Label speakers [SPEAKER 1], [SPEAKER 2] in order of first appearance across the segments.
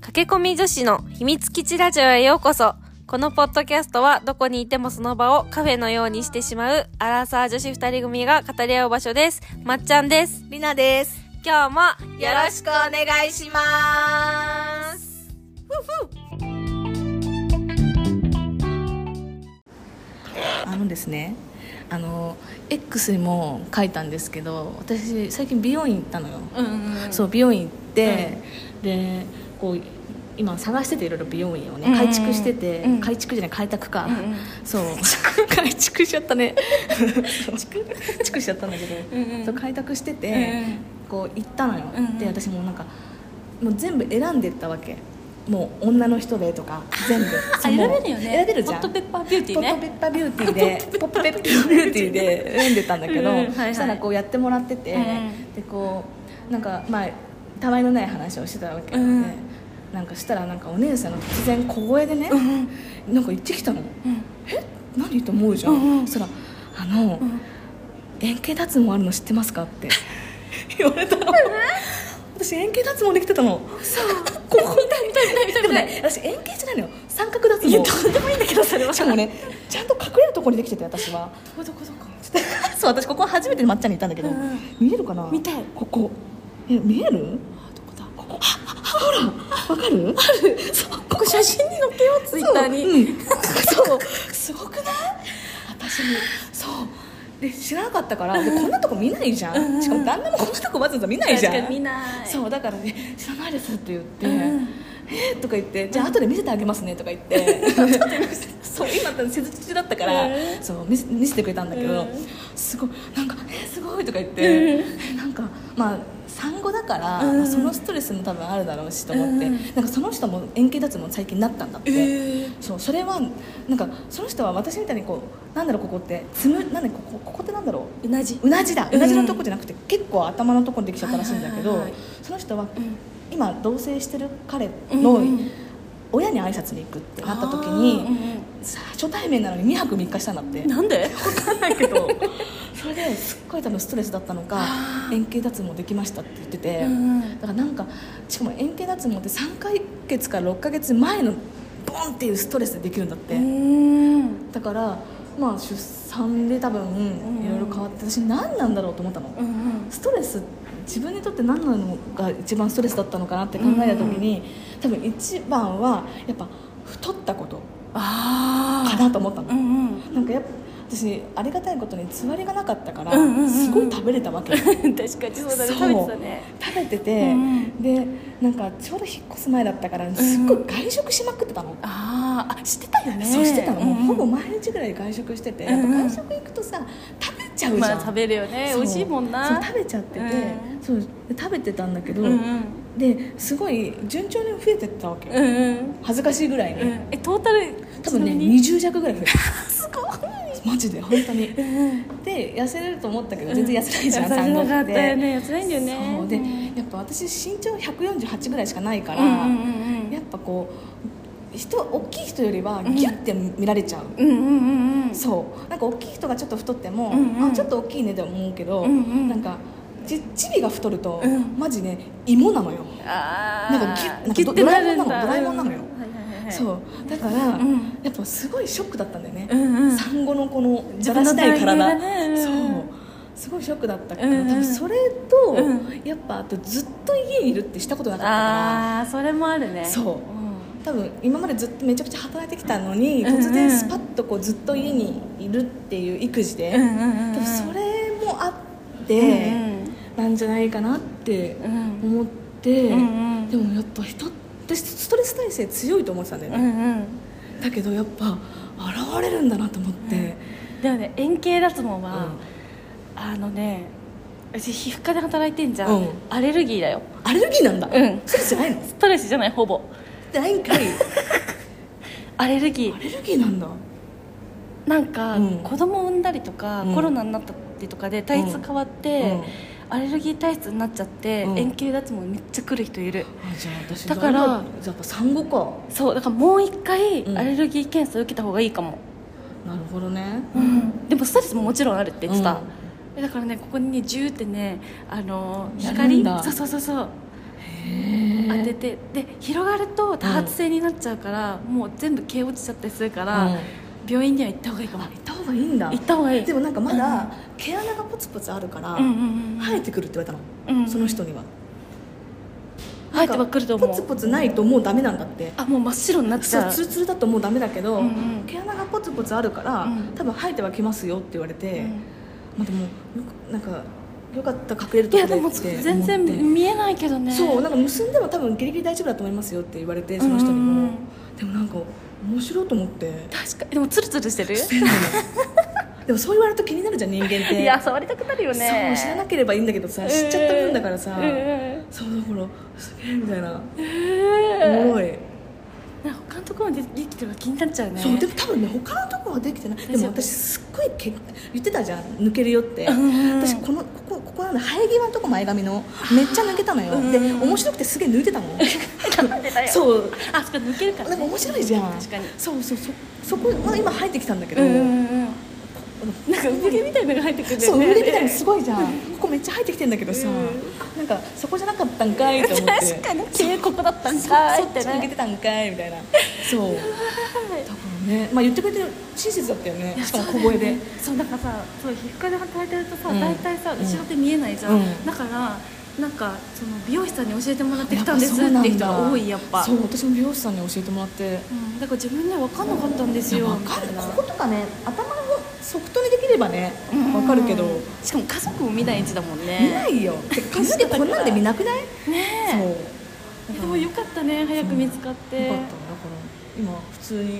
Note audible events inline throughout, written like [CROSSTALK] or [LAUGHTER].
[SPEAKER 1] 駆け込み女子の秘密基地ラジオへようこそこのポッドキャストはどこにいてもその場をカフェのようにしてしまうアラサー女子二人組が語り合う場所ですまっちゃんです
[SPEAKER 2] りなです。
[SPEAKER 1] 今日もよろしく
[SPEAKER 2] しくお願いします。あのですね、あの X にも書いたんですけど、私最近美容院行ったのよ。そう美容院行って、でこう今探してていろいろ美容院を
[SPEAKER 1] うん
[SPEAKER 2] ね改築してて、
[SPEAKER 1] うん
[SPEAKER 2] 改築じゃない開拓か、
[SPEAKER 1] うんうん
[SPEAKER 2] そう [LAUGHS] 改築しちゃったね [LAUGHS] 築築しちゃったんだけど、
[SPEAKER 1] うんうん
[SPEAKER 2] そう開拓してて、
[SPEAKER 1] うん
[SPEAKER 2] こう行ったのよ、
[SPEAKER 1] うんうん
[SPEAKER 2] で私もうなんかもう全部選んでったわけもう女の人でとか
[SPEAKER 1] [LAUGHS]
[SPEAKER 2] 全部そうもう選べるじゃん
[SPEAKER 1] ッパービュー
[SPEAKER 2] ポットペッパービューティ
[SPEAKER 1] [LAUGHS]
[SPEAKER 2] ーでポットペッパービューティーで選んでたんだけど、
[SPEAKER 1] うんはいはい
[SPEAKER 2] そしたらこうやってもらってて、
[SPEAKER 1] うん
[SPEAKER 2] でこうなんかまあたわいのない話をしてたわけで、
[SPEAKER 1] うん
[SPEAKER 2] なんかしたらなんかお姉さんが突然小声でね、なんか言ってきたの、え何と思うじゃん、
[SPEAKER 1] うんうん
[SPEAKER 2] そしたら「あの、円形脱毛あるの知ってますか?」って
[SPEAKER 1] [LAUGHS]
[SPEAKER 2] 言われたの [LAUGHS] 私円形脱毛できてたのそう [LAUGHS] ここみたいみたいみたいみたいでもね私円形じゃないのよ三角脱毛
[SPEAKER 1] いやどうでもいいんだけどそれは
[SPEAKER 2] しかもねちゃんと隠れるところにできてて私は
[SPEAKER 1] どこどこ
[SPEAKER 2] [LAUGHS] そう私ここ初めて抹茶に行ったんだけど、
[SPEAKER 1] うんうん
[SPEAKER 2] 見えるかな
[SPEAKER 1] 見たい
[SPEAKER 2] ここえ見える
[SPEAKER 1] どこだ
[SPEAKER 2] わかる
[SPEAKER 1] そうここ写真に載っけようツイッターに、
[SPEAKER 2] そう,、うんそうすごくない私もそうで知らなかったからでこんなとこ見ないじゃん、
[SPEAKER 1] うんうん
[SPEAKER 2] しかも旦那もこんなとこわざわざ見ないじゃん
[SPEAKER 1] 確かに見ない
[SPEAKER 2] そうだからね「知らないです」って言って「
[SPEAKER 1] うん
[SPEAKER 2] えーとか言って「じゃあ後で見せてあげますね」とか言って [LAUGHS] そう今多分施術中だったから、
[SPEAKER 1] うん
[SPEAKER 2] そう見せ見せてくれたんだけど、
[SPEAKER 1] うん
[SPEAKER 2] すごいなんか「えーすごい」とか言って、えなんかまあ産後だから、
[SPEAKER 1] うん
[SPEAKER 2] まあそのストレスも多分あるだろうしと思って、
[SPEAKER 1] うん
[SPEAKER 2] なんかその人も円形脱毛最近なったんだって、
[SPEAKER 1] えー
[SPEAKER 2] そうそれはなんかその人は私みたいにこうなんだろうここってつむなんだここここってなんだろう
[SPEAKER 1] うなじ
[SPEAKER 2] うなじだ
[SPEAKER 1] うん
[SPEAKER 2] うなじのとこじゃなくて、結構頭のとこにできちゃったらしいんだけど、
[SPEAKER 1] はいはいはい
[SPEAKER 2] その人は
[SPEAKER 1] うん
[SPEAKER 2] 今同棲してる彼
[SPEAKER 1] う
[SPEAKER 2] の
[SPEAKER 1] んうん
[SPEAKER 2] 親に挨拶に行くってなった時
[SPEAKER 1] あ
[SPEAKER 2] に、
[SPEAKER 1] ーうんうん
[SPEAKER 2] さあ初対面なのに2泊3日したんだって
[SPEAKER 1] なんで
[SPEAKER 2] 分かんないけど [LAUGHS] それですっごい多分ストレスだったのか
[SPEAKER 1] あー
[SPEAKER 2] 円形脱毛できましたって言ってて、
[SPEAKER 1] うんうん
[SPEAKER 2] だからなんかしかも円形脱毛って3ヶ月から6ヶ月前のボンっていうストレスでできるんだって、
[SPEAKER 1] うん
[SPEAKER 2] だからまあ出産で多分
[SPEAKER 1] ん
[SPEAKER 2] いろいろ変わって私何なんだろうと思ったの、
[SPEAKER 1] うん
[SPEAKER 2] ストレス自分にとって何なのが一番ストレスだったのかなって考えた時に、多分一番はやっぱ太ったこと
[SPEAKER 1] あ
[SPEAKER 2] かなと思ったの、
[SPEAKER 1] うん
[SPEAKER 2] なんかやっぱ私ありがたいことにつわりがなかったから、
[SPEAKER 1] うんうんうんうん
[SPEAKER 2] すごい食べれたわけ食
[SPEAKER 1] うん [LAUGHS] 確かにそうだね
[SPEAKER 2] そう
[SPEAKER 1] 食べてたね
[SPEAKER 2] べてて、
[SPEAKER 1] うんう
[SPEAKER 2] でなんかちょうど引っ越す前だったからすっごい外食しまくってたの、
[SPEAKER 1] あーあ知ってたよね
[SPEAKER 2] そうしてたの、
[SPEAKER 1] ん
[SPEAKER 2] もうほぼ毎日ぐらい外食してて、やっぱ外食行くとさ食べちゃうじゃん、
[SPEAKER 1] まあ食べるよね
[SPEAKER 2] そう
[SPEAKER 1] 美味しいもんな
[SPEAKER 2] そう食べちゃってて、
[SPEAKER 1] うん
[SPEAKER 2] そうで食べてたんだけど、
[SPEAKER 1] うんうん
[SPEAKER 2] ですごい順調に増えてったわけ、
[SPEAKER 1] うんうん
[SPEAKER 2] 恥ずかしいぐらいに、
[SPEAKER 1] うんえトータル
[SPEAKER 2] 多分ね
[SPEAKER 1] ちなみに
[SPEAKER 2] 20弱ぐらい増えたすごいマジで本当にで痩せれると思ったけど全然痩せないじゃん、
[SPEAKER 1] 痩せ
[SPEAKER 2] 産後
[SPEAKER 1] なか
[SPEAKER 2] っ
[SPEAKER 1] ってたよね痩せないんだよね
[SPEAKER 2] そうで
[SPEAKER 1] うん
[SPEAKER 2] やっぱ私身長148ぐらいしかないから、
[SPEAKER 1] うんうんうん
[SPEAKER 2] やっぱこう人大きい人よりはギュッて見られちゃう、
[SPEAKER 1] うんうんうんうん
[SPEAKER 2] そうなんか大きい人がちょっと太っても、
[SPEAKER 1] うんうん
[SPEAKER 2] あちょっと大きいねで思うけど、
[SPEAKER 1] うんうん
[SPEAKER 2] なんかちチビが太ると、
[SPEAKER 1] うん
[SPEAKER 2] マジね芋なのよ、
[SPEAKER 1] あ
[SPEAKER 2] なんかギュッなん
[SPEAKER 1] ー
[SPEAKER 2] か
[SPEAKER 1] ギュッてなるんだ
[SPEAKER 2] ドラえもんなのドラえもんなのよ
[SPEAKER 1] うんはいはいはいはい
[SPEAKER 2] そうだから、
[SPEAKER 1] ん
[SPEAKER 2] やっぱすごいショックだったんだよね、
[SPEAKER 1] うんうん
[SPEAKER 2] 産後のこのじゃらしない体
[SPEAKER 1] 自分の体型がね
[SPEAKER 2] そう
[SPEAKER 1] うん
[SPEAKER 2] すごいショックだったけど、
[SPEAKER 1] うんうん
[SPEAKER 2] 多分それと、
[SPEAKER 1] う
[SPEAKER 2] やっぱあとずっと家にいるってしたことなかったから
[SPEAKER 1] ああそれもあるね
[SPEAKER 2] そう
[SPEAKER 1] う
[SPEAKER 2] 多分今までずっとめちゃくちゃ働いてきたのに、
[SPEAKER 1] うんうん
[SPEAKER 2] 突然スパッとこうずっと家にいるっていう育児で、
[SPEAKER 1] んうんうんうん
[SPEAKER 2] 多分それもあっ
[SPEAKER 1] う
[SPEAKER 2] て
[SPEAKER 1] ん
[SPEAKER 2] なんじゃないかなって
[SPEAKER 1] うんうん
[SPEAKER 2] 思って、
[SPEAKER 1] うんうん
[SPEAKER 2] でもやっぱ人ってストレス耐性強いと思ってたんだよ
[SPEAKER 1] う
[SPEAKER 2] ね、
[SPEAKER 1] んうん
[SPEAKER 2] だけどやっぱ現れるんだなと思って、
[SPEAKER 1] でもね円形脱毛
[SPEAKER 2] う
[SPEAKER 1] は
[SPEAKER 2] ん、
[SPEAKER 1] あのね私皮膚科で働いてんじゃん、
[SPEAKER 2] うん
[SPEAKER 1] アレルギーだよ
[SPEAKER 2] アレルギーなんだ、
[SPEAKER 1] うん
[SPEAKER 2] ストレスじゃないの
[SPEAKER 1] ストレスじゃないほぼ
[SPEAKER 2] ないんか
[SPEAKER 1] [LAUGHS]
[SPEAKER 2] い
[SPEAKER 1] アレルギ
[SPEAKER 2] ア
[SPEAKER 1] ー
[SPEAKER 2] レルギーなんだ
[SPEAKER 1] なんか、
[SPEAKER 2] うん
[SPEAKER 1] 子供産んだりとか、
[SPEAKER 2] うん
[SPEAKER 1] コロナになったりとかで体質変わって、
[SPEAKER 2] うん
[SPEAKER 1] アレルギー体質になっちゃって、
[SPEAKER 2] うん
[SPEAKER 1] 円形脱毛めっちゃ来る人いる
[SPEAKER 2] あじゃあ私
[SPEAKER 1] だから
[SPEAKER 2] だじゃあやっぱ産後か
[SPEAKER 1] そうだからもう一回
[SPEAKER 2] うん
[SPEAKER 1] アレルギー検査受けた方がいいかも、
[SPEAKER 2] なるほどね
[SPEAKER 1] うんでもストレスももちろんあるって言ってた
[SPEAKER 2] うん、
[SPEAKER 1] だからねここにねジューってねあのー
[SPEAKER 2] やるん
[SPEAKER 1] 光
[SPEAKER 2] だ
[SPEAKER 1] そうそうそうそう当ててで広がると多発性になっちゃうから、もう全部毛落ちちゃったりするから、
[SPEAKER 2] うん
[SPEAKER 1] 病院には行った方がいいかも
[SPEAKER 2] あ行った方がいいんだ
[SPEAKER 1] 行った方がいい
[SPEAKER 2] でもなんかまだ毛穴がポツポツあるから、
[SPEAKER 1] うんうんうん
[SPEAKER 2] 生えてくるって言われたの、
[SPEAKER 1] うん
[SPEAKER 2] その人には
[SPEAKER 1] 生えてはくると思う
[SPEAKER 2] ポツポツないともうダメなんだって
[SPEAKER 1] あもう真っ白になっち
[SPEAKER 2] そう
[SPEAKER 1] ゃう
[SPEAKER 2] ツルツルだともうダメだけど、
[SPEAKER 1] うんうん
[SPEAKER 2] 毛穴がポツポツあるから、
[SPEAKER 1] うん
[SPEAKER 2] 多分生えてはきますよって言われて、
[SPEAKER 1] うん
[SPEAKER 2] まあ、でもよくなんかよかった隠れる
[SPEAKER 1] い
[SPEAKER 2] とこ
[SPEAKER 1] や
[SPEAKER 2] ろ
[SPEAKER 1] で
[SPEAKER 2] で
[SPEAKER 1] も
[SPEAKER 2] って思って
[SPEAKER 1] 全然見えないけどね
[SPEAKER 2] そうなんか結んでも多分ギリギリ大丈夫だと思いますよって言われてその人にも、
[SPEAKER 1] うんうん
[SPEAKER 2] でもなんか面白いと思って
[SPEAKER 1] 確かにでもツルツルしてる
[SPEAKER 2] してんのよでもそう言われると気になるじゃん人間っ
[SPEAKER 1] [LAUGHS]
[SPEAKER 2] て
[SPEAKER 1] いや触りたくなるよね
[SPEAKER 2] そう知らなければいいんだけどさ知っちゃった分だからさ、
[SPEAKER 1] うんうん
[SPEAKER 2] そうだからすげえみたい
[SPEAKER 1] う
[SPEAKER 2] な
[SPEAKER 1] ん
[SPEAKER 2] おもろい、
[SPEAKER 1] なんか他のところにできてるのが気になっちゃうね
[SPEAKER 2] そうでも多分ね他のとこはできてないで
[SPEAKER 1] 大丈
[SPEAKER 2] も
[SPEAKER 1] 夫
[SPEAKER 2] 私すっごいけ言ってたじゃん抜けるよって、
[SPEAKER 1] うんうん
[SPEAKER 2] 私このここここなんだ生え際のとこ前髪のめっちゃ抜けたのよ、
[SPEAKER 1] うん
[SPEAKER 2] で面白くてすげえ抜いて
[SPEAKER 1] [LAUGHS]
[SPEAKER 2] たの
[SPEAKER 1] なんでだよ
[SPEAKER 2] そう
[SPEAKER 1] あそこ抜けるから
[SPEAKER 2] なん
[SPEAKER 1] ね
[SPEAKER 2] か面白いじゃん
[SPEAKER 1] 確かに
[SPEAKER 2] そうそうそうそこ、まあ、今生えてきたんだけど、
[SPEAKER 1] うんうんうんなんか産毛みたいなのが入ってくるんだ
[SPEAKER 2] そ
[SPEAKER 1] よ
[SPEAKER 2] う
[SPEAKER 1] ね
[SPEAKER 2] 腕みたいにすごいじゃんここめっちゃ生えてきてんだけどさ、
[SPEAKER 1] うん
[SPEAKER 2] なんかそこじゃなかったんかいと思って
[SPEAKER 1] [LAUGHS] 確かに警告だったんかい
[SPEAKER 2] そ
[SPEAKER 1] っ
[SPEAKER 2] っち
[SPEAKER 1] て
[SPEAKER 2] 向け
[SPEAKER 1] ね
[SPEAKER 2] てたんかいみたいなそうだからね、まあ、言ってくれてる親切だったよねしかも小声で
[SPEAKER 1] [LAUGHS] そうなんかさそう皮膚科で働いてるとさ、
[SPEAKER 2] うん
[SPEAKER 1] 大体さ
[SPEAKER 2] うん
[SPEAKER 1] 後ろって見えないじゃん、
[SPEAKER 2] うん
[SPEAKER 1] だからなんかその美容師さんに教えてもらって
[SPEAKER 2] や
[SPEAKER 1] き
[SPEAKER 2] ったぱ
[SPEAKER 1] んです
[SPEAKER 2] そうなんだ
[SPEAKER 1] って人が多いやっぱ
[SPEAKER 2] そう私も美容師さんに教えてもらって
[SPEAKER 1] うん、だから自分には分かんなかったんですよ
[SPEAKER 2] わ
[SPEAKER 1] み
[SPEAKER 2] か
[SPEAKER 1] た
[SPEAKER 2] る
[SPEAKER 1] いな
[SPEAKER 2] こことかね頭の即答にできればね
[SPEAKER 1] うん
[SPEAKER 2] わかるけど
[SPEAKER 1] しかも家族も見ない位置だもん
[SPEAKER 2] 見
[SPEAKER 1] ね、
[SPEAKER 2] ないよで数でこんなんで見なくない
[SPEAKER 1] ね
[SPEAKER 2] そう
[SPEAKER 1] えでもよかったね早く見つかって
[SPEAKER 2] よかっただから今普通に
[SPEAKER 1] でも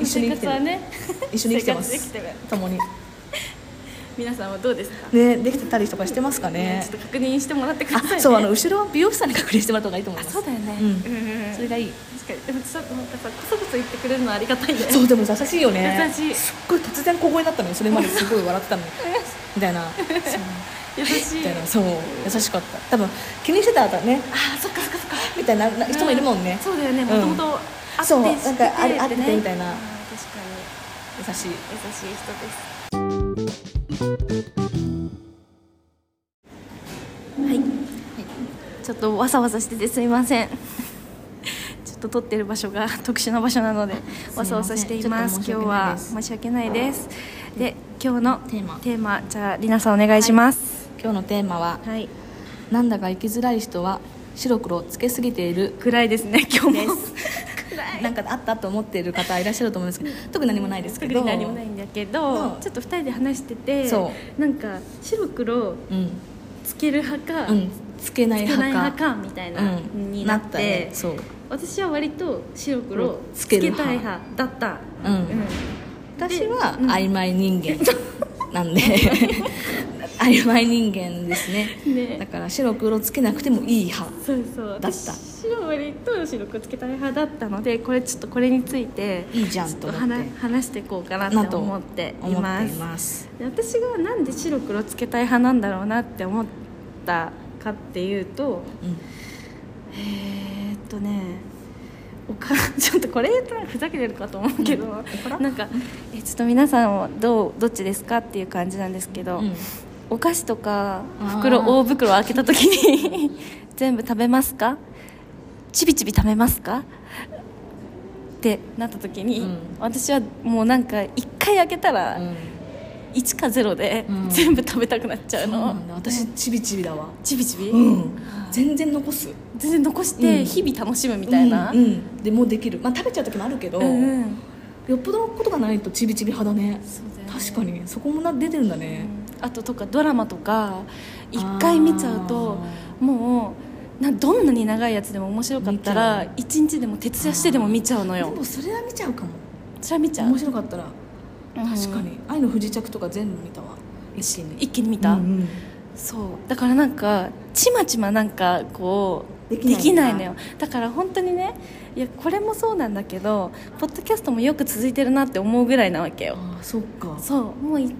[SPEAKER 2] 一緒に
[SPEAKER 1] 生
[SPEAKER 2] 生
[SPEAKER 1] 活
[SPEAKER 2] きて
[SPEAKER 1] は
[SPEAKER 2] る、
[SPEAKER 1] ね
[SPEAKER 2] [LAUGHS] 一緒に生きてます
[SPEAKER 1] 生活できてる
[SPEAKER 2] 共に
[SPEAKER 1] 皆さんはどうですか
[SPEAKER 2] ねできてたりとかしてますか
[SPEAKER 1] ね
[SPEAKER 2] ね
[SPEAKER 1] ちょっと確認してもらってください、ね、
[SPEAKER 2] あそうあの後ろは美容師さんに確認してもらった方がいいと思
[SPEAKER 1] あ
[SPEAKER 2] います
[SPEAKER 1] そうだよね
[SPEAKER 2] うん
[SPEAKER 1] ん
[SPEAKER 2] それがいい
[SPEAKER 1] 確かにでもちょっとなんかさこそこそ言ってくれるのはありがたいね
[SPEAKER 2] そうでも優しいよね
[SPEAKER 1] 優しい
[SPEAKER 2] すっごい突然小声になったのよそれまですごい笑ってたのよみたいなそう
[SPEAKER 1] [LAUGHS] 優しい
[SPEAKER 2] みたいなそう優しかった多分気にしてたらね
[SPEAKER 1] あそっかそっかそっか
[SPEAKER 2] みたいなな人もいるもんね、
[SPEAKER 1] そうだよねも
[SPEAKER 2] う
[SPEAKER 1] と
[SPEAKER 2] ん
[SPEAKER 1] もとあって
[SPEAKER 2] そう
[SPEAKER 1] 知って
[SPEAKER 2] なんかあ
[SPEAKER 1] て
[SPEAKER 2] あって
[SPEAKER 1] ね
[SPEAKER 2] みたいな
[SPEAKER 1] うん確かに
[SPEAKER 2] 優しい
[SPEAKER 1] 優しい人ですはい、ちょっとわさわさしててすいません [LAUGHS] ちょっと撮ってる場所が特殊な場所なのでわさわさしています
[SPEAKER 2] ちょ
[SPEAKER 1] 今日
[SPEAKER 2] っと
[SPEAKER 1] は申
[SPEAKER 2] 申
[SPEAKER 1] し訳ないですで今日の
[SPEAKER 2] テーマ
[SPEAKER 1] テーマじゃありなさんお願いします
[SPEAKER 2] 今日のテーマは
[SPEAKER 1] はい、
[SPEAKER 2] 「なんだか生きづらい人は白黒つけすぎている
[SPEAKER 1] 暗いですね今日も暗」い
[SPEAKER 2] なんかあったと思っている方いらっしゃると思うんですけど特に何もないですけ
[SPEAKER 1] 特
[SPEAKER 2] ど
[SPEAKER 1] に何もないんだけど、
[SPEAKER 2] うん
[SPEAKER 1] ちょっと2人で話してて
[SPEAKER 2] そ
[SPEAKER 1] なんか白黒
[SPEAKER 2] うん、
[SPEAKER 1] つける派か、
[SPEAKER 2] うん、つけない
[SPEAKER 1] つけない
[SPEAKER 2] 派
[SPEAKER 1] 派
[SPEAKER 2] か
[SPEAKER 1] かみたいな、
[SPEAKER 2] うん
[SPEAKER 1] になって
[SPEAKER 2] たねそう
[SPEAKER 1] 私は割と白黒
[SPEAKER 2] つ
[SPEAKER 1] つ
[SPEAKER 2] け
[SPEAKER 1] け
[SPEAKER 2] る
[SPEAKER 1] たい
[SPEAKER 2] 派
[SPEAKER 1] 派だった、
[SPEAKER 2] うん私は曖昧人間なん [LAUGHS] で曖昧人間ですね
[SPEAKER 1] ね
[SPEAKER 2] だから白黒つけなくてもいい派
[SPEAKER 1] そうそう
[SPEAKER 2] だった
[SPEAKER 1] 私は割と白黒つけたい派だったのでこれちょっとこれについて
[SPEAKER 2] いいじゃん
[SPEAKER 1] ちょっ
[SPEAKER 2] と
[SPEAKER 1] と
[SPEAKER 2] 思
[SPEAKER 1] 話
[SPEAKER 2] って
[SPEAKER 1] 話していこうかな
[SPEAKER 2] な
[SPEAKER 1] って
[SPEAKER 2] と
[SPEAKER 1] 思
[SPEAKER 2] 思
[SPEAKER 1] っ
[SPEAKER 2] って
[SPEAKER 1] て
[SPEAKER 2] い
[SPEAKER 1] います
[SPEAKER 2] ます
[SPEAKER 1] で私がなんで白黒つけたい派なんだろうなって思ったかっていうと
[SPEAKER 2] うん
[SPEAKER 1] えーっとねおかちょっとこれ言ったらふざけてるかと思うけど、なんかえちょっと皆さんはどうどっちですかっていう感じなんですけど、
[SPEAKER 2] うん
[SPEAKER 1] お菓子とか
[SPEAKER 2] あ
[SPEAKER 1] 袋
[SPEAKER 2] ー
[SPEAKER 1] 大袋を開けた時に [LAUGHS] 全部食べますかちびちび食べますかってなった時に、
[SPEAKER 2] うん
[SPEAKER 1] 私はもうなんか1回開けたら
[SPEAKER 2] うん
[SPEAKER 1] 1か0で
[SPEAKER 2] うん
[SPEAKER 1] 全部食べたくなっちゃう
[SPEAKER 2] そう
[SPEAKER 1] の、
[SPEAKER 2] なんだ私ちびちびだわ
[SPEAKER 1] ちびちび、
[SPEAKER 2] うん全然残す
[SPEAKER 1] 全然残し
[SPEAKER 2] うん
[SPEAKER 1] て日々楽しむみたいな、
[SPEAKER 2] うんうんでもうできるまあ食べちゃう時もあるけど
[SPEAKER 1] うんう
[SPEAKER 2] よ
[SPEAKER 1] ん
[SPEAKER 2] っぽどのことがないとちびちび派だね
[SPEAKER 1] そうだよね
[SPEAKER 2] 確かにそこもな出てるんだね
[SPEAKER 1] あととかドラマとか一回見ちゃうともうなどんなに長いやつでも面白かった
[SPEAKER 2] 見
[SPEAKER 1] ら
[SPEAKER 2] ちゃう
[SPEAKER 1] 一日でも徹夜してでも見ちゃうの
[SPEAKER 2] で
[SPEAKER 1] よ
[SPEAKER 2] もそれは見ちゃうかも
[SPEAKER 1] それは見ちゃう
[SPEAKER 2] 面白かったら
[SPEAKER 1] うん
[SPEAKER 2] 確かに「愛の不時着」とか全部見たわ一気に
[SPEAKER 1] 一気に見た、
[SPEAKER 2] うんうん
[SPEAKER 1] そうだからなんかちまちまなんかこう
[SPEAKER 2] できないんだ
[SPEAKER 1] のよだから本当にねいやこれもそうなんだけどポッドキャストもよく続いてるなって思うぐらいなわけよ
[SPEAKER 2] ああそっか
[SPEAKER 1] そうもうい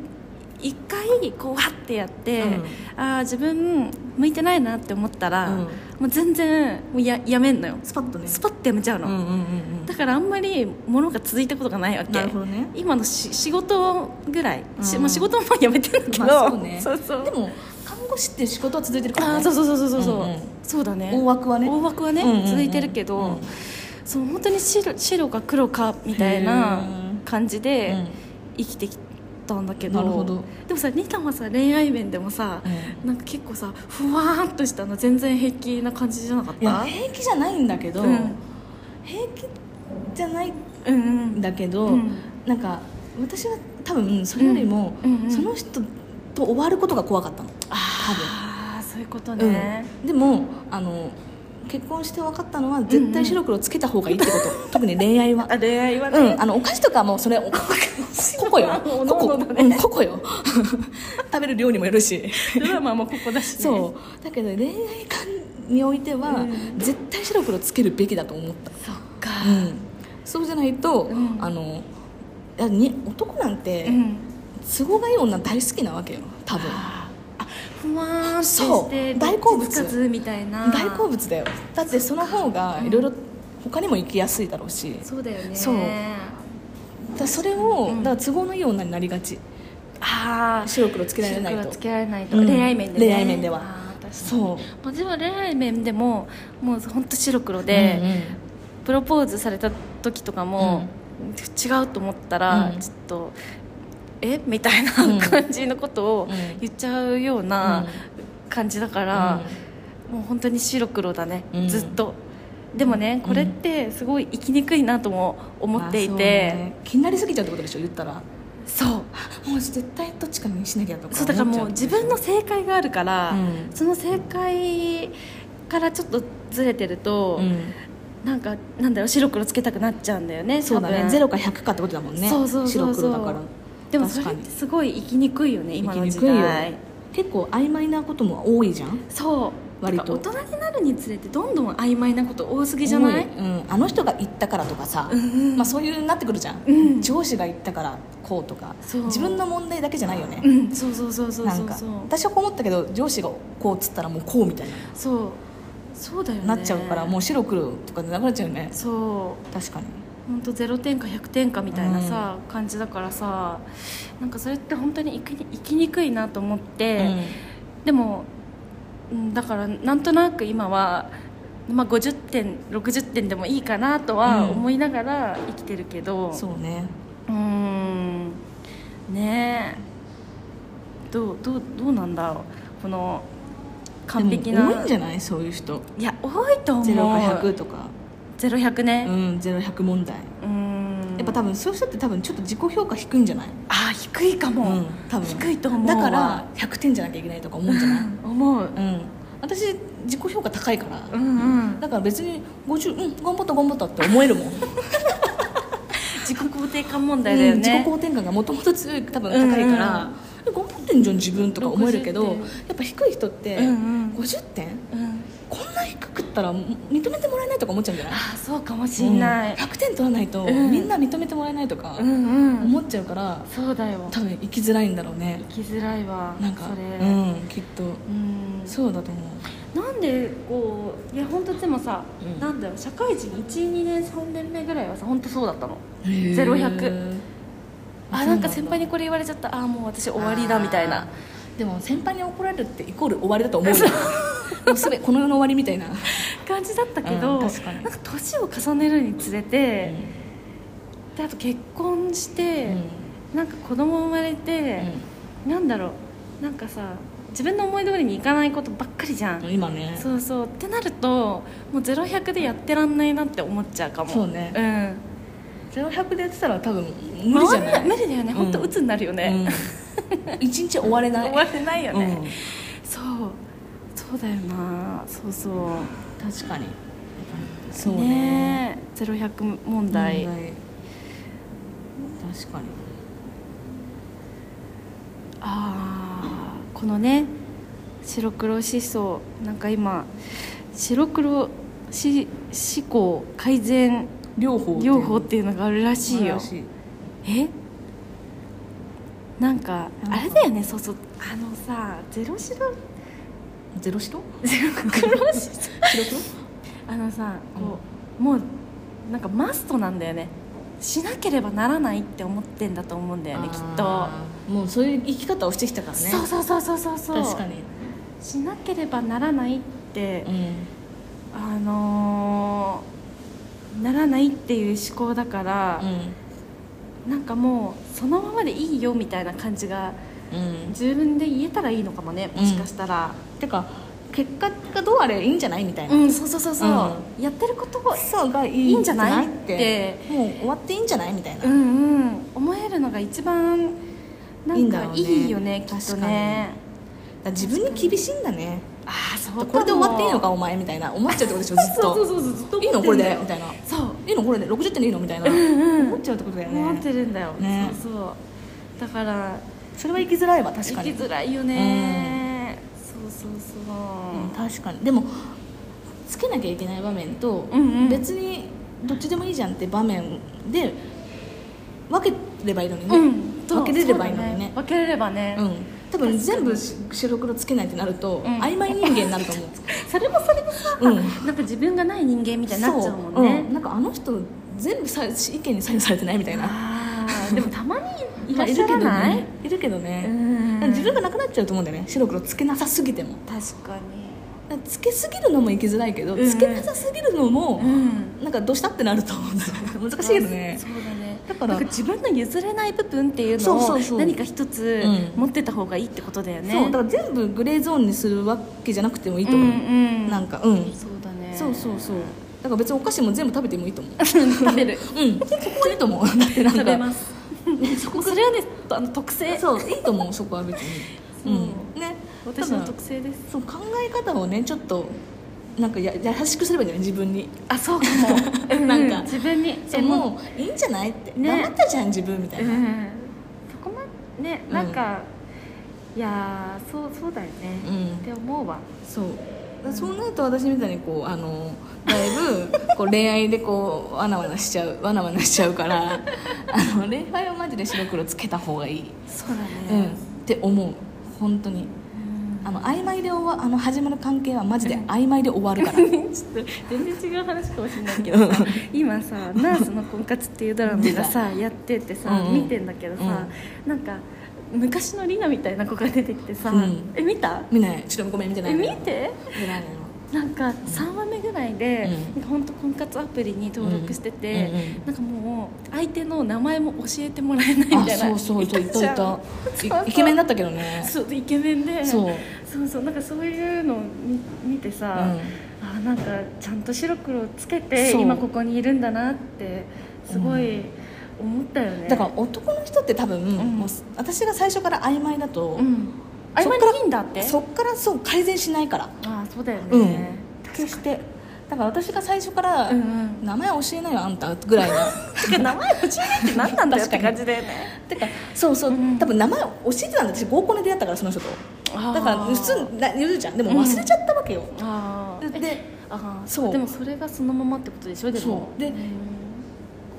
[SPEAKER 1] 一回こうわってやって、
[SPEAKER 2] うん
[SPEAKER 1] ああ自分向いてないなって思ったら、
[SPEAKER 2] うん
[SPEAKER 1] もう全然もうややめんのよ
[SPEAKER 2] スパッとね
[SPEAKER 1] スパッてやめちゃう
[SPEAKER 2] う
[SPEAKER 1] の、
[SPEAKER 2] んうんうんうん
[SPEAKER 1] だからあんまりものが続いたことがないわけ
[SPEAKER 2] なるほどね
[SPEAKER 1] 今のし仕事ぐらい、し
[SPEAKER 2] うん
[SPEAKER 1] まあ、仕事もやめてるけど、
[SPEAKER 2] まあそうね
[SPEAKER 1] そうそう
[SPEAKER 2] でも考護士っていう仕事は続いてるから、ね、
[SPEAKER 1] あーそうそうそうそうそう、
[SPEAKER 2] うんうん
[SPEAKER 1] そうだね
[SPEAKER 2] 大枠はね
[SPEAKER 1] 大枠はね、
[SPEAKER 2] うんうんうん
[SPEAKER 1] 続いてるけど、
[SPEAKER 2] うん
[SPEAKER 1] そう本当に白白か黒かみたいな感じ
[SPEAKER 2] う
[SPEAKER 1] で
[SPEAKER 2] ん
[SPEAKER 1] 生きてきたんだけど,、
[SPEAKER 2] なるほど
[SPEAKER 1] でもさニタンはさ恋愛面でもさ、
[SPEAKER 2] う
[SPEAKER 1] なんか結構さふわーんとしたの全然平気な感じじゃなかっ
[SPEAKER 2] いや
[SPEAKER 1] た
[SPEAKER 2] 平気じゃないんだけど、
[SPEAKER 1] うん
[SPEAKER 2] 平気じゃない
[SPEAKER 1] うんうん
[SPEAKER 2] だけど、
[SPEAKER 1] うん
[SPEAKER 2] なんか私は多分それよりも、
[SPEAKER 1] うんうんうん
[SPEAKER 2] その人と終わることが怖かったの多
[SPEAKER 1] ああそういうこと
[SPEAKER 2] 分、うん
[SPEAKER 1] ね、
[SPEAKER 2] でもあの結婚して分かったのは絶対白黒つけた方がいいってこ
[SPEAKER 1] [LAUGHS]
[SPEAKER 2] と、特に恋愛は
[SPEAKER 1] あ恋愛はね、
[SPEAKER 2] うん、あのお菓子とかはもうそれおここよ
[SPEAKER 1] お
[SPEAKER 2] こ
[SPEAKER 1] の [LAUGHS] お
[SPEAKER 2] こ、
[SPEAKER 1] のだ
[SPEAKER 2] うんここよ [LAUGHS] 食べる量にもよるし
[SPEAKER 1] ドラマもここだし、ね、
[SPEAKER 2] そうだけど恋愛観においては、
[SPEAKER 1] うん
[SPEAKER 2] 絶対白黒つけるべきだと思った、
[SPEAKER 1] そっか
[SPEAKER 2] うん、そうじゃないと、
[SPEAKER 1] ん
[SPEAKER 2] あのいやに男なんて、
[SPEAKER 1] うん
[SPEAKER 2] 都合がいい女大好きなわけよ多分
[SPEAKER 1] あふわーんと
[SPEAKER 2] そ
[SPEAKER 1] し
[SPEAKER 2] う
[SPEAKER 1] て
[SPEAKER 2] 大好物
[SPEAKER 1] どっちつかずみたいな
[SPEAKER 2] 大好物だよだってその方がいろいろ他にも行きやすいだろうし
[SPEAKER 1] そうだよね
[SPEAKER 2] そうだそれ
[SPEAKER 1] う
[SPEAKER 2] を、
[SPEAKER 1] ん
[SPEAKER 2] だから都合のいい女になりがち
[SPEAKER 1] ああ
[SPEAKER 2] 白黒つけられない
[SPEAKER 1] 白
[SPEAKER 2] と
[SPEAKER 1] 黒つけられないと、
[SPEAKER 2] うん
[SPEAKER 1] 恋愛面で、ね、
[SPEAKER 2] 恋愛面では
[SPEAKER 1] あー確かに
[SPEAKER 2] そう
[SPEAKER 1] 私は恋愛面でももう本当白黒で、プロポーズされた時とかも、違うと思ったら、
[SPEAKER 2] うん
[SPEAKER 1] ちょっとえみたいな
[SPEAKER 2] うん
[SPEAKER 1] 感じのことを
[SPEAKER 2] うん
[SPEAKER 1] 言っちゃうような感じだから、もう本当に白黒だね、
[SPEAKER 2] うん
[SPEAKER 1] ずっとでもねこれってすごい生きにくいなとも思っていて、
[SPEAKER 2] まあそうね気になりすぎちゃうってことでしょ言ったらも
[SPEAKER 1] そう
[SPEAKER 2] う絶対どっちかにしなきゃとか
[SPEAKER 1] そうだからもう
[SPEAKER 2] 思っち
[SPEAKER 1] 自
[SPEAKER 2] ゃ
[SPEAKER 1] 分の正解があるから、
[SPEAKER 2] うん
[SPEAKER 1] その正解からちょっとずれてると、
[SPEAKER 2] うん
[SPEAKER 1] なんかなんだろう白黒つけたくなっちゃうんだよね
[SPEAKER 2] そうだ
[SPEAKER 1] 多
[SPEAKER 2] ね
[SPEAKER 1] 分
[SPEAKER 2] ゼロか100かってことだもんね
[SPEAKER 1] そうそうそうそう
[SPEAKER 2] 白黒だから
[SPEAKER 1] でもそ
[SPEAKER 2] 確
[SPEAKER 1] れ
[SPEAKER 2] か
[SPEAKER 1] っ
[SPEAKER 2] に
[SPEAKER 1] てすごい生きにくいよね今の時
[SPEAKER 2] 生きに
[SPEAKER 1] 代
[SPEAKER 2] くいよ結構曖昧なことも多いじゃん
[SPEAKER 1] そう
[SPEAKER 2] 割と
[SPEAKER 1] だから大人になるにつれてどんどん曖昧なこと多すぎじゃない、
[SPEAKER 2] 多うん、あの人が言ったからとかさ、まあ、そういうなってくるじゃん、
[SPEAKER 1] うん
[SPEAKER 2] 上司が言ったからこうとか
[SPEAKER 1] そう
[SPEAKER 2] 自分の問題だけじゃないよね、
[SPEAKER 1] うん、そうそうそうそう
[SPEAKER 2] な
[SPEAKER 1] そ
[SPEAKER 2] ん
[SPEAKER 1] う
[SPEAKER 2] か
[SPEAKER 1] そう
[SPEAKER 2] 私はこう思ったけど上司がこうっつったらもうこうみたいな、
[SPEAKER 1] そうそうだよね
[SPEAKER 2] なっちゃうからもう白黒とかでなくなっちゃうよね
[SPEAKER 1] そう
[SPEAKER 2] 確かに
[SPEAKER 1] 本当ゼロ点か100点かみたいなさ、感じだからさなんかそれって本当に生きに生きにくいなと思って、でもうんだからなんとなく今は、まあ、50点60点でもいいかなとは
[SPEAKER 2] うん
[SPEAKER 1] 思いながら生きてるけど、
[SPEAKER 2] うんそうね
[SPEAKER 1] うーんねえどうどうどうなんだろうこの完璧な
[SPEAKER 2] でも多いんじゃないそういう人
[SPEAKER 1] いや多いと思う
[SPEAKER 2] ゼロか100とか、
[SPEAKER 1] ゼロ100
[SPEAKER 2] う
[SPEAKER 1] ね
[SPEAKER 2] ん、ゼロ100問題
[SPEAKER 1] うん
[SPEAKER 2] やっぱ多分そういう人って多分ちょっと自己評価低いんじゃない
[SPEAKER 1] あー低いかも、
[SPEAKER 2] うん多分
[SPEAKER 1] 低いと思う
[SPEAKER 2] だから100点じゃなきゃいけないとか思うんじゃない、
[SPEAKER 1] 思う
[SPEAKER 2] うん、私自己評価高いから、
[SPEAKER 1] うんうん
[SPEAKER 2] だから別に50うん頑張った頑張ったって思えるもん
[SPEAKER 1] 自己肯定感問題 [LAUGHS] だよ
[SPEAKER 2] うん自己
[SPEAKER 1] ね、
[SPEAKER 2] 肯定感がもともと強い多分高いから、え頑張ってんじゃん自分とか思えるけどや
[SPEAKER 1] 60
[SPEAKER 2] っぱ低い人って、
[SPEAKER 1] うんうん
[SPEAKER 2] 50点
[SPEAKER 1] うん
[SPEAKER 2] こんな低くったら認めてもらえないとか思っちゃうんじゃない
[SPEAKER 1] あそうかもしんない、
[SPEAKER 2] うん100点取らないと、
[SPEAKER 1] うん
[SPEAKER 2] みんな認めてもらえないとか
[SPEAKER 1] うん、うん
[SPEAKER 2] 思っちゃうから
[SPEAKER 1] そうだよ
[SPEAKER 2] 多分生きづらいんだろうね
[SPEAKER 1] 生きづらいわ
[SPEAKER 2] なんか
[SPEAKER 1] それ
[SPEAKER 2] うんきっと
[SPEAKER 1] うん
[SPEAKER 2] そうだと思う
[SPEAKER 1] なんでこういや本当でもさ、
[SPEAKER 2] うん
[SPEAKER 1] なんだよ社会人12年3年目ぐらいはさ本当そうだったの
[SPEAKER 2] へー
[SPEAKER 1] ゼロ100あなんか
[SPEAKER 2] そう
[SPEAKER 1] 先
[SPEAKER 2] なんだ
[SPEAKER 1] 輩にこれ言われちゃったあーもう私終わりだみたいな
[SPEAKER 2] でも先輩に怒られるってイコール終わりだと思うよ [LAUGHS] もうすべこの世の終わりみたいな
[SPEAKER 1] 感じだったけど、
[SPEAKER 2] うん確かに
[SPEAKER 1] なんか年を重ねるにつれて、であと結婚して、なんか子供生まれて、なんだろうなんかさ自分の思い通りにいかないことばっかりじゃん、
[SPEAKER 2] うん今ね
[SPEAKER 1] そうそうってなるともう0100でやってらんないなって思っちゃうかも
[SPEAKER 2] そうね
[SPEAKER 1] うん
[SPEAKER 2] ゼロ百でやってたら多分無理じゃな
[SPEAKER 1] 回ん
[SPEAKER 2] い
[SPEAKER 1] 無理だよね
[SPEAKER 2] うん
[SPEAKER 1] 本当鬱になるよね、 [LAUGHS]
[SPEAKER 2] うん一日終われない
[SPEAKER 1] 終われないよね、
[SPEAKER 2] うん
[SPEAKER 1] そうそうだよなそうそう
[SPEAKER 2] 確かにそうね
[SPEAKER 1] ねえ0100問
[SPEAKER 2] 問
[SPEAKER 1] 題
[SPEAKER 2] 題確かに
[SPEAKER 1] ああこのね白黒思想なんか今白黒し思考改善
[SPEAKER 2] 両方
[SPEAKER 1] 療法っていうのがあるらしいよ
[SPEAKER 2] 素晴らし
[SPEAKER 1] えなんか
[SPEAKER 2] なんか
[SPEAKER 1] あれだよねそうそうあのさゼロ白
[SPEAKER 2] ゼロ白
[SPEAKER 1] ゼロ黒思想
[SPEAKER 2] 白黒
[SPEAKER 1] あのさこう、もうなんかマストなんだよねしなければならないって思ってんだと思うんだよねきっと、
[SPEAKER 2] あーもうそういう生き方をしてきたからね
[SPEAKER 1] そうそうそうそうそうそう
[SPEAKER 2] 確かに
[SPEAKER 1] しなければならないって
[SPEAKER 2] う、ん
[SPEAKER 1] あのーならないっていう思考だから、なんかもうそのままでいいよみたいな感じが
[SPEAKER 2] うんうん
[SPEAKER 1] 自分で言えたらいいのかもねもしかしたら、
[SPEAKER 2] てか結果がどうあれいいんじゃないみたいな、
[SPEAKER 1] うんそうそうそうそう、やってることを
[SPEAKER 2] そうがいい
[SPEAKER 1] いいんじゃない
[SPEAKER 2] っ
[SPEAKER 1] って
[SPEAKER 2] てもう終わっていいんじゃないみたいな、
[SPEAKER 1] うんうん思えるのが一番ない
[SPEAKER 2] い
[SPEAKER 1] ん
[SPEAKER 2] んだ
[SPEAKER 1] か
[SPEAKER 2] ろうね
[SPEAKER 1] いいよねきっとね
[SPEAKER 2] だから自分に厳しいんだね
[SPEAKER 1] ああそうかも
[SPEAKER 2] これで終わっていいのかお前みたいな思っちゃうってことでしょずっと
[SPEAKER 1] そうそうそうそうずっと
[SPEAKER 2] いいの
[SPEAKER 1] 思
[SPEAKER 2] こ
[SPEAKER 1] っ
[SPEAKER 2] れ
[SPEAKER 1] てんだ
[SPEAKER 2] で
[SPEAKER 1] よ
[SPEAKER 2] みたいな
[SPEAKER 1] そう
[SPEAKER 2] いいのこれで60点でいいのみたいな、
[SPEAKER 1] うん
[SPEAKER 2] 思っちゃうってことだよ
[SPEAKER 1] 思っ
[SPEAKER 2] ね
[SPEAKER 1] てるんだよ、
[SPEAKER 2] ね
[SPEAKER 1] そうそうだから
[SPEAKER 2] それは生きづらいわ確
[SPEAKER 1] 生
[SPEAKER 2] か
[SPEAKER 1] き
[SPEAKER 2] に、
[SPEAKER 1] づらいよね、そうそうそう、
[SPEAKER 2] うん確かにでもつけなきゃいけない場面と、
[SPEAKER 1] うんうん
[SPEAKER 2] 別にどっちでもいいじゃんって場面で分ければいいのにね、
[SPEAKER 1] うんと
[SPEAKER 2] 分けれればいいの
[SPEAKER 1] そうだ
[SPEAKER 2] にね
[SPEAKER 1] 分けれればね、
[SPEAKER 2] うん多分全部し白黒つけないってなると、
[SPEAKER 1] ん
[SPEAKER 2] 曖昧人間になると思う
[SPEAKER 1] [LAUGHS] それもそれもさ、
[SPEAKER 2] うん
[SPEAKER 1] なんか自分がない人間みたいになっちゃうもんね、
[SPEAKER 2] そううんなんかあの人全部さ意見に左右されてないみたいな
[SPEAKER 1] あーでもたまにいら
[SPEAKER 2] まあ
[SPEAKER 1] っしゃらない、
[SPEAKER 2] いるけどねいるけ
[SPEAKER 1] う
[SPEAKER 2] どね
[SPEAKER 1] ん
[SPEAKER 2] 自分がなくなっちゃうと思うんだよね白黒つけなさすぎても
[SPEAKER 1] 確かに
[SPEAKER 2] だからつけすぎるのもいきづらいけど、
[SPEAKER 1] うん
[SPEAKER 2] つけなさすぎるのも、
[SPEAKER 1] ん
[SPEAKER 2] なんかどうしたってなると思うんだよ
[SPEAKER 1] [LAUGHS]
[SPEAKER 2] ね難しいけどね
[SPEAKER 1] そうだね
[SPEAKER 2] だから
[SPEAKER 1] なん自分の譲れない部分っていう
[SPEAKER 2] そう
[SPEAKER 1] の
[SPEAKER 2] そう
[SPEAKER 1] を
[SPEAKER 2] そう
[SPEAKER 1] 何か一つ
[SPEAKER 2] うん
[SPEAKER 1] 持ってた方がいいってことだよね、
[SPEAKER 2] そうだから全部グレーゾーンにするわけじゃなくてもいいと思う、
[SPEAKER 1] うんうん
[SPEAKER 2] なんかうん、
[SPEAKER 1] そうだね
[SPEAKER 2] そうそうそうだから別にお菓子も全部食べてもいいと思う
[SPEAKER 1] 食べる
[SPEAKER 2] うんそこはいい
[SPEAKER 1] [LAUGHS]
[SPEAKER 2] と思うだってなんか
[SPEAKER 1] 食べますそこそれはねあの特性
[SPEAKER 2] そういいと思うそこは別に
[SPEAKER 1] そう
[SPEAKER 2] うんね
[SPEAKER 1] 私の
[SPEAKER 2] ただ
[SPEAKER 1] 特性です
[SPEAKER 2] そう考え方をねちょっとなんかや優しくすればいいんじゃない自分に
[SPEAKER 1] あそうかもう
[SPEAKER 2] なんか
[SPEAKER 1] 自分に
[SPEAKER 2] そう
[SPEAKER 1] う
[SPEAKER 2] もういいんじゃないって、
[SPEAKER 1] ね
[SPEAKER 2] 頑張ったじゃん自分みたいうな、
[SPEAKER 1] んそこまでねなんか、いやーそうそうだよね、
[SPEAKER 2] うん
[SPEAKER 1] って思うわ
[SPEAKER 2] そうそうなると私みたいにこうあのだいぶこう恋愛でこうわなわなしちゃうわなわなしちゃ
[SPEAKER 1] [LAUGHS]
[SPEAKER 2] うからあの恋愛はマジで白黒つけた方がいい、
[SPEAKER 1] そうだ
[SPEAKER 2] うん、って思う本当にあの曖昧で終わあの始まる関係はマジで曖昧で終わるから
[SPEAKER 1] [LAUGHS] ちょっと全然違う話かもしれないけどさ今さ「ナースの婚活」っていうドラマがさやっててさ、
[SPEAKER 2] うんうん
[SPEAKER 1] 見てんだけどさ、なんか昔のリナみたいな子が出てきてさ、
[SPEAKER 2] うん
[SPEAKER 1] え見た
[SPEAKER 2] 見ないちょっとごめん見てない
[SPEAKER 1] え
[SPEAKER 2] の
[SPEAKER 1] 見て
[SPEAKER 2] 見てないのよ
[SPEAKER 1] なんか3話目ぐらいで、
[SPEAKER 2] うん
[SPEAKER 1] なんか本当婚活アプリに登録してて、
[SPEAKER 2] うんうんうん
[SPEAKER 1] なんかもう相手の名前も教えてもらえないみたい
[SPEAKER 2] あ
[SPEAKER 1] な
[SPEAKER 2] そうそういたいた
[SPEAKER 1] じ
[SPEAKER 2] い
[SPEAKER 1] ゃん
[SPEAKER 2] た
[SPEAKER 1] [LAUGHS] そう [LAUGHS] そう
[SPEAKER 2] イイケメンだったけどね
[SPEAKER 1] そうイケメンで
[SPEAKER 2] そう
[SPEAKER 1] そうそうなんかそういうのを見見て
[SPEAKER 2] う
[SPEAKER 1] さ、
[SPEAKER 2] ん
[SPEAKER 1] あなんかちゃんと白黒つけて
[SPEAKER 2] そう
[SPEAKER 1] 今ここにいるんだなってすごい思ったよね、
[SPEAKER 2] だから男の人って多分、
[SPEAKER 1] ん
[SPEAKER 2] もう私が最初から曖昧だと、
[SPEAKER 1] うんあ
[SPEAKER 2] そっ
[SPEAKER 1] 今
[SPEAKER 2] から
[SPEAKER 1] にいいんだって
[SPEAKER 2] そっからそう改善しないから
[SPEAKER 1] あそうだよ
[SPEAKER 2] うん、
[SPEAKER 1] ね、
[SPEAKER 2] 決してだから私が最初から、
[SPEAKER 1] うん
[SPEAKER 2] [LAUGHS]
[SPEAKER 1] うん
[SPEAKER 2] 名前教えなよあんたぐ
[SPEAKER 1] [LAUGHS]
[SPEAKER 2] らいの
[SPEAKER 1] てか名前教えないって何なんだよって感じだよね
[SPEAKER 2] てかそうそう、
[SPEAKER 1] うん
[SPEAKER 2] 多分名前教えてたんだ私合コンで出会ったからその人と
[SPEAKER 1] あー
[SPEAKER 2] [LAUGHS] だから普通な言うじゃんでも忘れちゃったわけよ、
[SPEAKER 1] あー
[SPEAKER 2] で
[SPEAKER 1] え
[SPEAKER 2] で
[SPEAKER 1] あー
[SPEAKER 2] そう
[SPEAKER 1] でもそれがそのままってことでしょでも
[SPEAKER 2] そうで
[SPEAKER 1] うん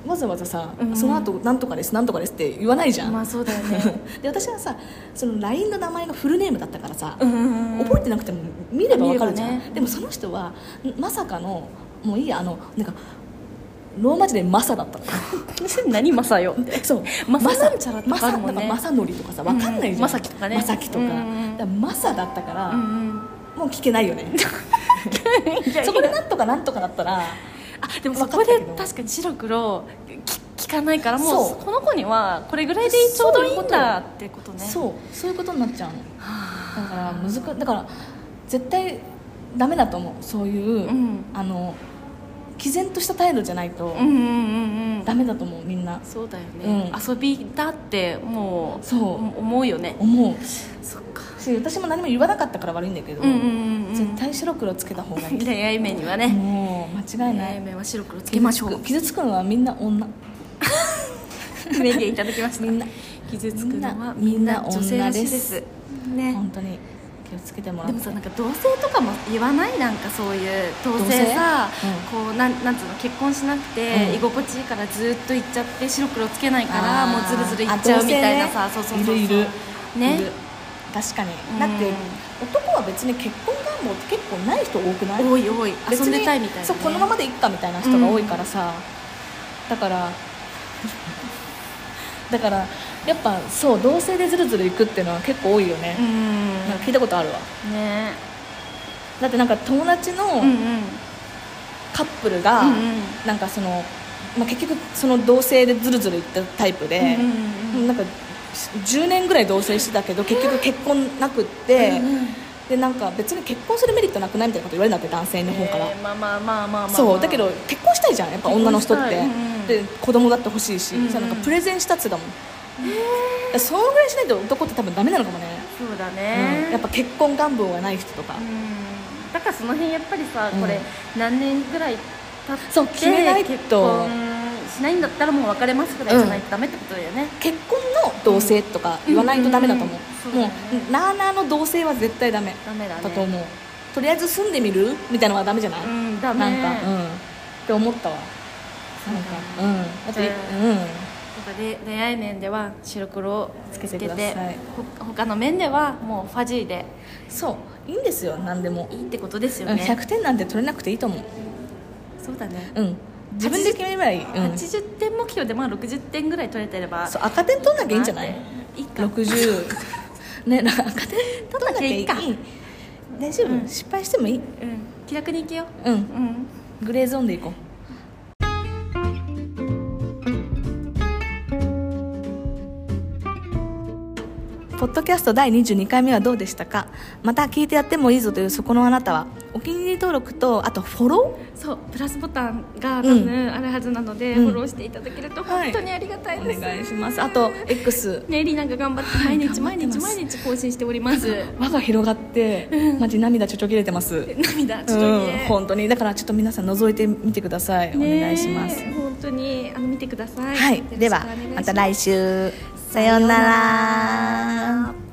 [SPEAKER 2] わざわざさ、
[SPEAKER 1] うん
[SPEAKER 2] その後なんとかですなんとかです」って言わないじゃん、
[SPEAKER 1] まあそうだよね
[SPEAKER 2] で私はさその LINE の名前がフルネームだったからさ、
[SPEAKER 1] うん
[SPEAKER 2] [LAUGHS] [LAUGHS] 覚えてなくても見ればわかるじゃ
[SPEAKER 1] 見
[SPEAKER 2] ん、
[SPEAKER 1] ればね
[SPEAKER 2] でもその人はまさかのもういいやあのなんかローマ字でマサだった
[SPEAKER 1] [LAUGHS]
[SPEAKER 2] の
[SPEAKER 1] 何マサよ
[SPEAKER 2] そう
[SPEAKER 1] マサなんちゃらと
[SPEAKER 2] マ
[SPEAKER 1] かあ
[SPEAKER 2] サ
[SPEAKER 1] るも
[SPEAKER 2] なんんか
[SPEAKER 1] ね
[SPEAKER 2] マサノリとかさわかんないじゃん、
[SPEAKER 1] うんマサキとかね
[SPEAKER 2] マサキとか,、
[SPEAKER 1] うんうん
[SPEAKER 2] だからマサだったから、
[SPEAKER 1] うんうん
[SPEAKER 2] もう聞 [LAUGHS] けな
[SPEAKER 1] [LAUGHS]
[SPEAKER 2] いよねそこでなんとかなんとかだったら
[SPEAKER 1] あでもそ
[SPEAKER 2] 分か
[SPEAKER 1] こ
[SPEAKER 2] ったけど
[SPEAKER 1] で確かに白黒き聞かないからも
[SPEAKER 2] そう
[SPEAKER 1] うこの子にはこれぐらいでちょうどいいんだってことね
[SPEAKER 2] そうそういうことになっちゃうの
[SPEAKER 1] は
[SPEAKER 2] だから難かだから絶対ダメだと思うそういう、
[SPEAKER 1] うん
[SPEAKER 2] あの毅然とした態度じゃないと
[SPEAKER 1] あうんうんうんうん
[SPEAKER 2] ダメだと思うみんな
[SPEAKER 1] そうだよね、
[SPEAKER 2] うん
[SPEAKER 1] 遊びだってもう
[SPEAKER 2] そう
[SPEAKER 1] 思うよね
[SPEAKER 2] 思う
[SPEAKER 1] そっか
[SPEAKER 2] し私も何も言わなかったから悪いんだけど、
[SPEAKER 1] うんうんうん
[SPEAKER 2] 絶対白黒つけた方がいい
[SPEAKER 1] 恋愛面にはね
[SPEAKER 2] もう間違い
[SPEAKER 1] 恋
[SPEAKER 2] ない
[SPEAKER 1] 愛面は白黒つけましょう
[SPEAKER 2] 傷つくのはみんな女
[SPEAKER 1] 名言いただきました
[SPEAKER 2] みんな
[SPEAKER 1] 傷つくのはみ
[SPEAKER 2] みん
[SPEAKER 1] ん
[SPEAKER 2] な
[SPEAKER 1] な女性らしい
[SPEAKER 2] 女
[SPEAKER 1] で
[SPEAKER 2] 性
[SPEAKER 1] すね
[SPEAKER 2] 本当に気をつけてもら
[SPEAKER 1] で
[SPEAKER 2] って
[SPEAKER 1] もさなんか同性とかも言わないなんかそういう同性さ
[SPEAKER 2] 同
[SPEAKER 1] こうなんなんつうの結婚しなく
[SPEAKER 2] うん
[SPEAKER 1] て居心地いいからずっと行っちゃって白黒つけないから
[SPEAKER 2] あー
[SPEAKER 1] もうズルズル行っちゃうみたいな
[SPEAKER 2] あ
[SPEAKER 1] さ
[SPEAKER 2] 同
[SPEAKER 1] そうそ
[SPEAKER 2] 性ね
[SPEAKER 1] うそうい
[SPEAKER 2] いるいる
[SPEAKER 1] ね
[SPEAKER 2] いる確かに
[SPEAKER 1] ん
[SPEAKER 2] だって男は別に結婚願望って結構ない人多くない
[SPEAKER 1] 多い多い遊
[SPEAKER 2] 別
[SPEAKER 1] ん
[SPEAKER 2] に
[SPEAKER 1] でたいみたいなね
[SPEAKER 2] そうこのままでいっかみたいな人が多いからさ、だからだからやっぱそう同性でずるずるいくっていうのは結構多いよね
[SPEAKER 1] う、ん
[SPEAKER 2] なんか聞いたことあるわ
[SPEAKER 1] ね
[SPEAKER 2] だってなんか友達の
[SPEAKER 1] うんうん
[SPEAKER 2] カップルが、
[SPEAKER 1] うんうん
[SPEAKER 2] なんかその、まあ、結局その同性でずるずるいったタイプで、
[SPEAKER 1] うんうんうん
[SPEAKER 2] なんか10年ぐらい同棲してたけど結局結婚なくって、でなんか別に結婚するメリットなくないみたいなこと言われるんだって男性の方から、
[SPEAKER 1] えーまあまあまあまあまあまあ
[SPEAKER 2] そうだけど結婚したいじゃんやっぱ女の人って、
[SPEAKER 1] 結婚したいうんうん
[SPEAKER 2] で子供だって欲しいし、
[SPEAKER 1] うんうん
[SPEAKER 2] そしたらなんかプレゼンしたっつうだもん、えそのぐらいしないと男って多分ダメなのかもね、
[SPEAKER 1] そうだ
[SPEAKER 2] う
[SPEAKER 1] ね
[SPEAKER 2] んやっぱ結婚願望がない人とか、
[SPEAKER 1] うんだからその辺やっぱりさ
[SPEAKER 2] うん
[SPEAKER 1] これ何年ぐらい経って
[SPEAKER 2] そう決めないと
[SPEAKER 1] 結婚しないんだったらもう別れますぐらいじゃないとダメってことだよね
[SPEAKER 2] 結婚の同性とか言わないとダメだと思う,、
[SPEAKER 1] うんうんうん
[SPEAKER 2] も
[SPEAKER 1] そうだね
[SPEAKER 2] うなあなあの同性は絶対ダメ
[SPEAKER 1] ダメだね
[SPEAKER 2] だと思う、とりあえず住んでみるみたいなのはダメじゃない、
[SPEAKER 1] うんダメ
[SPEAKER 2] なんかうんって思ったわなんかうんあとい
[SPEAKER 1] じゃ
[SPEAKER 2] うん
[SPEAKER 1] なんかで恋愛面では白黒をつけて
[SPEAKER 2] つけてください
[SPEAKER 1] ほ他の面ではもうファジーで
[SPEAKER 2] そういいんですよ何でも、
[SPEAKER 1] いいってことですよ
[SPEAKER 2] うん
[SPEAKER 1] ね
[SPEAKER 2] 100点なんて取れなくていいと思う
[SPEAKER 1] そうだね
[SPEAKER 2] うん自分で決めればいい、うん、そ
[SPEAKER 1] 80点目標でまあ60点ぐらい取れてれば
[SPEAKER 2] う赤点取んなきゃいいんじゃない
[SPEAKER 1] いいか [LAUGHS]
[SPEAKER 2] 60ねなんか赤点取んなきゃいい
[SPEAKER 1] 取んなきゃいい
[SPEAKER 2] 大丈夫、
[SPEAKER 1] うん
[SPEAKER 2] 失敗してもいい
[SPEAKER 1] うん気楽にいけよ
[SPEAKER 2] う
[SPEAKER 1] うんん
[SPEAKER 2] グレーゾーンでいこうポッドキャスト第22回目はどうでしたかまた聞いてやってもいいぞというそこのあなたはお気に入り登録とあとフォロ
[SPEAKER 1] そうプラスボタンが多
[SPEAKER 2] う
[SPEAKER 1] 分あるはずなので、
[SPEAKER 2] うん
[SPEAKER 1] フォローしていただけると本当にありがたい
[SPEAKER 2] ー
[SPEAKER 1] です、
[SPEAKER 2] お願いしますあと X
[SPEAKER 1] ねりなが頑張って
[SPEAKER 2] い
[SPEAKER 1] 毎日
[SPEAKER 2] 頑張
[SPEAKER 1] 毎
[SPEAKER 2] ってま
[SPEAKER 1] 日
[SPEAKER 2] す
[SPEAKER 1] 毎日更新しております
[SPEAKER 2] 輪が広がってマジ涙ちょちょ切れてます
[SPEAKER 1] 涙ちょっと
[SPEAKER 2] うん
[SPEAKER 1] ね、
[SPEAKER 2] 本当にだからちょっと皆さん覗いてみてくださいお
[SPEAKER 1] ね
[SPEAKER 2] 願いします
[SPEAKER 1] 本当にあの見てください
[SPEAKER 2] はい
[SPEAKER 1] よろしく
[SPEAKER 2] で
[SPEAKER 1] お
[SPEAKER 2] は
[SPEAKER 1] 願いしす
[SPEAKER 2] また来週さようなら